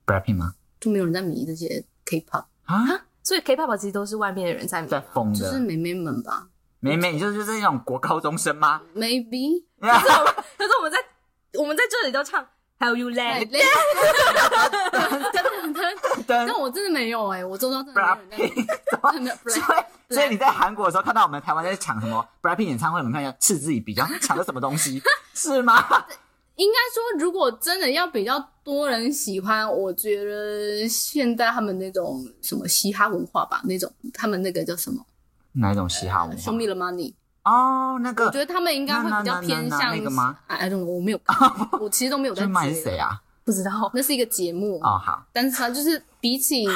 ，Blackpink 吗？就没有人在迷这些 K-pop。啊，所以 K-pop 其实都是外面的人在迷在疯就是的，啊妹妹们吧，美美，你就是这种国高中生吗？ ，maybe 可是我们，可是我们在我们在这里都唱 How you like like， that 对但我真的没有哎、我周遭真的没 有人 在 Blackpink 真的所 black 以，所以你在韩国的时候看到我们台湾在抢什么 Blackpink 演唱会，我们看一下嗤之以鼻，然后抢的什么东 西是吗？应该说，如果真的要比较多人喜欢，我觉得现在他们那种什么嘻哈文化吧，那种他们那个叫什么哪一种嘻哈文，Show me the money，化？哦，那个我觉得他们应该会比较偏那那那那向啊那个吗？I I don't know，我没有，我其实都没有在这追。卖是谁？啊？不知道那是一个节目哦，好，但是它就是比起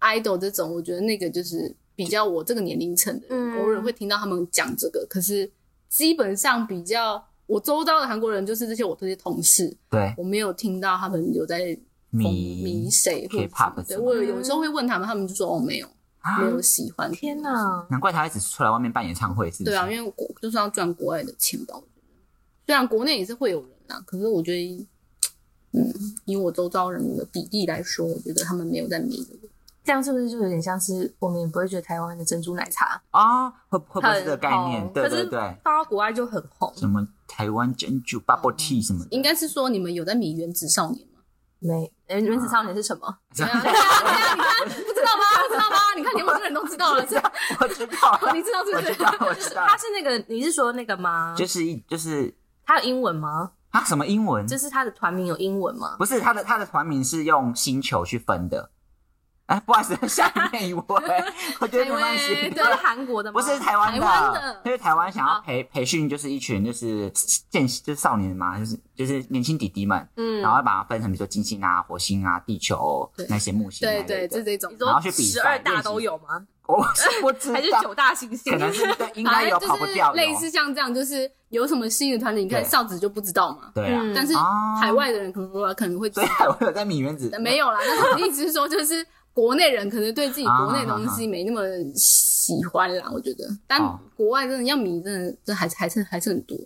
idol 这种，我觉得那个就是比较我这个年龄层的人，嗯偶尔会听到他们讲这个，可是基本上比较我周遭的韩国人就是这些我这些同事，对，我没有听到他们有在疯迷迷谁或者什 K-pop 么什对么我有有时候会问他们，他们就说哦没有啊没有喜欢。天！哪，难怪他一直出来外面办演唱会，是不对是？啊，因为国就是要赚国外的钱吧，我觉得虽然国内也是会有人啊，可是我觉得。嗯，以我周遭人的比例来说，我觉得他们没有在迷的。这样是不是就有点像是我们也不会觉得台湾的珍珠奶茶哦，会会不会是很这个概念？红对对可是对，放到国外就很红？什么台湾珍珠 bubble tea 什么的，应该是说你们有在迷原子少年吗？没，呃原子少年是什 么？对啊，对啊，你看不知道吗？不知道吗？你看连我这个人都 知道了，是吧？ 我知道了，你知道是我不知是？道，我知道它，是那个，你是说那个吗？ 就是一就是它有英文吗？啊，什么英文？就是它的团名有英文吗？不是他的他的团名是用星球去分的。哎，不好意思，下面 一位，我觉得没关下一系位。这是啊韩国的吗？不是台湾台湾的因为台湾想要好培培训，就是一群就是见就是少年嘛，就是就是年轻弟弟们，嗯然后把它分成比如说金星啊、火星啊、地球对那些木星那啊对类的，对，是这种你。然后说去比十赛二大都有吗？ 我是不知还是道九，大行星可？能是对应反该有正跑不就是 掉，类有似像这样，就是有什么新的团体，你看对少子就不知道嘛。对啊，嗯但是哦海外的人可能我可能会知所以道，海外有在米原子但没有啦。但是我的意思是说，就是国内人可能对自己国内东西没那么喜欢啦，我觉得。但啊哦有国外真的要迷，真的这还是还是还是很多。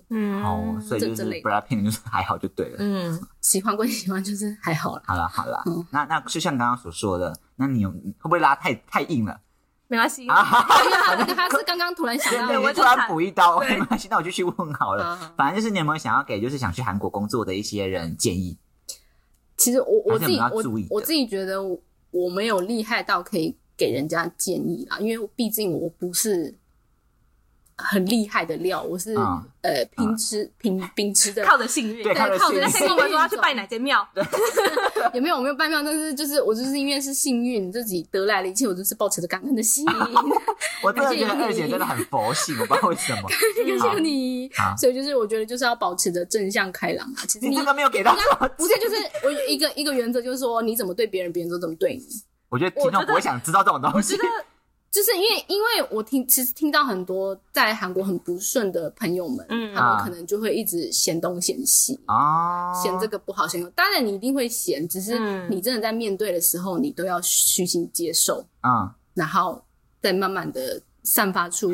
哦，所以这就是这类 Blackpink 就是还好就对了。嗯，喜欢归喜欢，就是还好啦。好了好了嗯，那那就像刚刚所说的，那你有你会不会拉太太硬了？没关系。啊， 因为他那个他是刚刚突然想对， 到，嗯你我突就然看补一刀，对没关系，那我就去问好了。啊反正就是你有没有想要给就是想去韩国工作的一些人建议？其实我我还自是我们己要我注意的我自己觉得我我没有厉害到可以给人家建议啦，因为毕竟我不是很厉害的料，我是、嗯呃平吃平平吃的，靠着幸运，对靠着靠幸运着那天幸跟我运说 要去拜哪间庙，也没有我没有半票，但是就是我就是因为是幸运自己得来的一切，我就是抱持着感恩的心，我真的觉得还是有二姐真的很佛系，我不知道为什么。谢谢你好，所以就是我觉得就是要保持着正向开朗啊，其你实 你这。个没有给到我，不是，就是我一个一个原则，就是说你怎么对别人，别人就怎么对你。我觉得听我觉众得不会想知道这种东我西觉。得就是因为因为我听，其实听到很多在韩国很不顺的朋友们，嗯他们可能就会一直嫌东嫌西，哦，嫌这个不好，嫌那个当然你一定会嫌，只是嗯你真的在面对的时候，你都要虚心接受，嗯，然后再慢慢的散发 出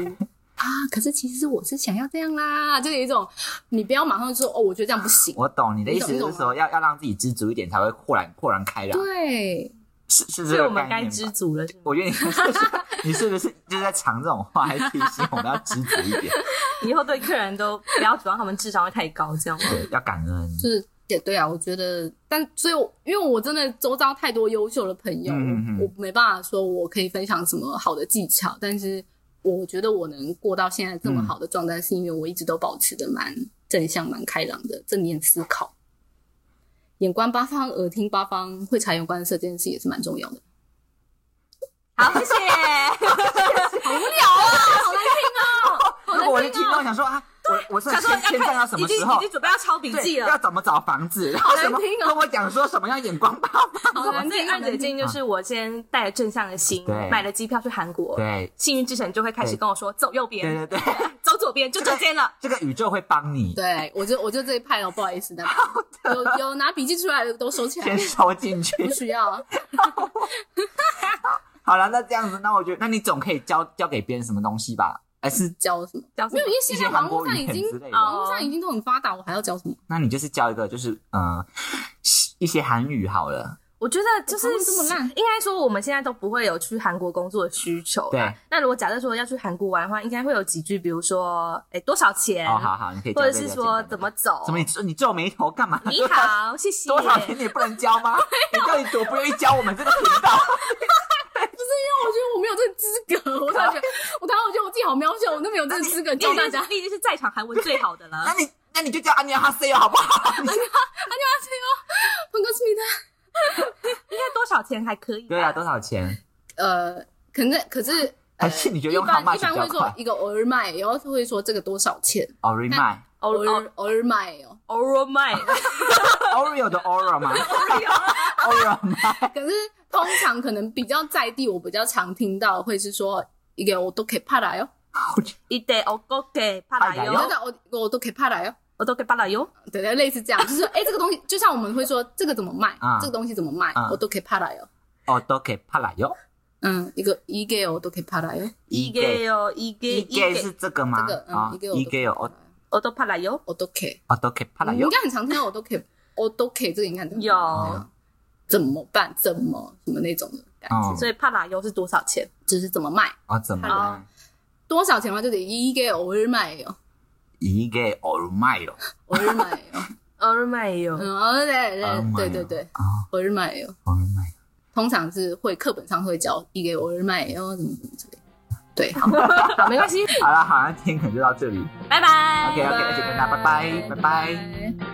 啊，可是其实我是想要这样啦，就有一种你不要马上说哦，我觉得这样不行，我懂你的意思，你懂就是说要要让自己知足一点，才会豁然豁然开朗。对，是所是这以个我们概该念知吧。足了。是吗我觉得你你是不是就是在藏这种话，还提醒我们要知足一点，以后对客人都不要指望他们智商会太高，这样吗？对，要感恩。就是也对啊，我觉得，但所以我，因为我真的周遭太多优秀的朋友，嗯嗯嗯我我没办法说我可以分享什么好的技巧，但是我觉得我能过到现在这嗯么好的状态，是因为我一直都保持着蛮正向、蛮开朗的正念思考，眼观八方，耳听八方，会察言观色这件事也是蛮重要的。好， 谢谢。啊如果我是听众，想说啊，我我是想说签签要证要看，什已么经时候已经？准备要抄笔对，记要了。怎么找房子？然后什么好难听哦跟我讲说什么要眼光吧？好所以二姐建议就是我先带着正向的心对，买了机票去韩国，对幸运之神就会开始跟我说走右对边，对对，走左边，就这间了。这个宇宙会帮你，对我就我就这一派哦，不好意思， 大家有有拿笔记出来的都收起来先，收进去。不需要。好了，那这样子，那我觉得，那你总可以教教给别人什么东西吧？还是教什么？叫什 没么有，因为现在网络上已一些韩国语经哦片之类的网络上已经都很发达，我还要教什么？那你就是教一个，就是呃，一些韩语好了。我觉得就是我台湾这么烂应该说我们现在都不会有去韩国工作的需求啦。对那如果假设说要去韩国玩的话，应该会有几句，比如说，哎、多少钱？哦，好好，你可以教或者这是个说简单的怎么走？怎么你你皱眉头干嘛？你好，谢谢。 多少钱你也不能教吗？你到底多不愿意教我们这个频道？我觉得我没有这个资格，我突 然觉得，我突然我觉得我自己好渺小，我都没有这个资格你教已大经家 是。你已经是在场韩文最好的了那。你那你就叫安妮哈 C 哦，好不好？本科斯密他，应该多少钱还可以吧？对啊，多少钱？呃，可能可是呃还是你觉得一用 how much 般一比较般会说快？一个偶尔卖，然后会说这个多少钱，哦，remind 偶偶尔尔偶尔卖哦。偶尔卖， Oreo 的 Oreo 吗？Oreo 吗？ 可是通常可能比较在地，我比较常听到会是说一个我都可以怕来哦，一得我都给帕拉哎我呦知哟，道我我都可以怕来哦，我都给帕拉哟。对对，类似这样，就是说哎、这个东西就像我们会说这个怎么卖，啊这个东西怎么卖，啊我都可以怕来哦。哦，都给帕拉哟。嗯，一个一个我都可以怕来哦，一个哟，一个一一给个，是这个吗这个？嗯啊，一个我都给哦，我都帕拉哟。我都可以，哦，都给帕拉你哟应。该很常听到我都可以，我都可以，这个应该很常听有到，怎么办？怎么什么那种的感觉，嗯所以帕拉哟是多少钱？就是怎么卖，哦，怎么了啊？多少钱的话就得一个偶尔卖哦，一个 Oreo 卖了。偶尔卖哦，偶尔卖哟。嗯，对哦对对对对，啊偶尔卖哦。 ，Oreo 卖了。通常是会课本上会教一给我日卖，然后怎么怎么之类的。对，好，好没关系，好了，好，那今天可能就到这里。拜拜。 OK，OK，就跟大家拜拜，拜拜。拜。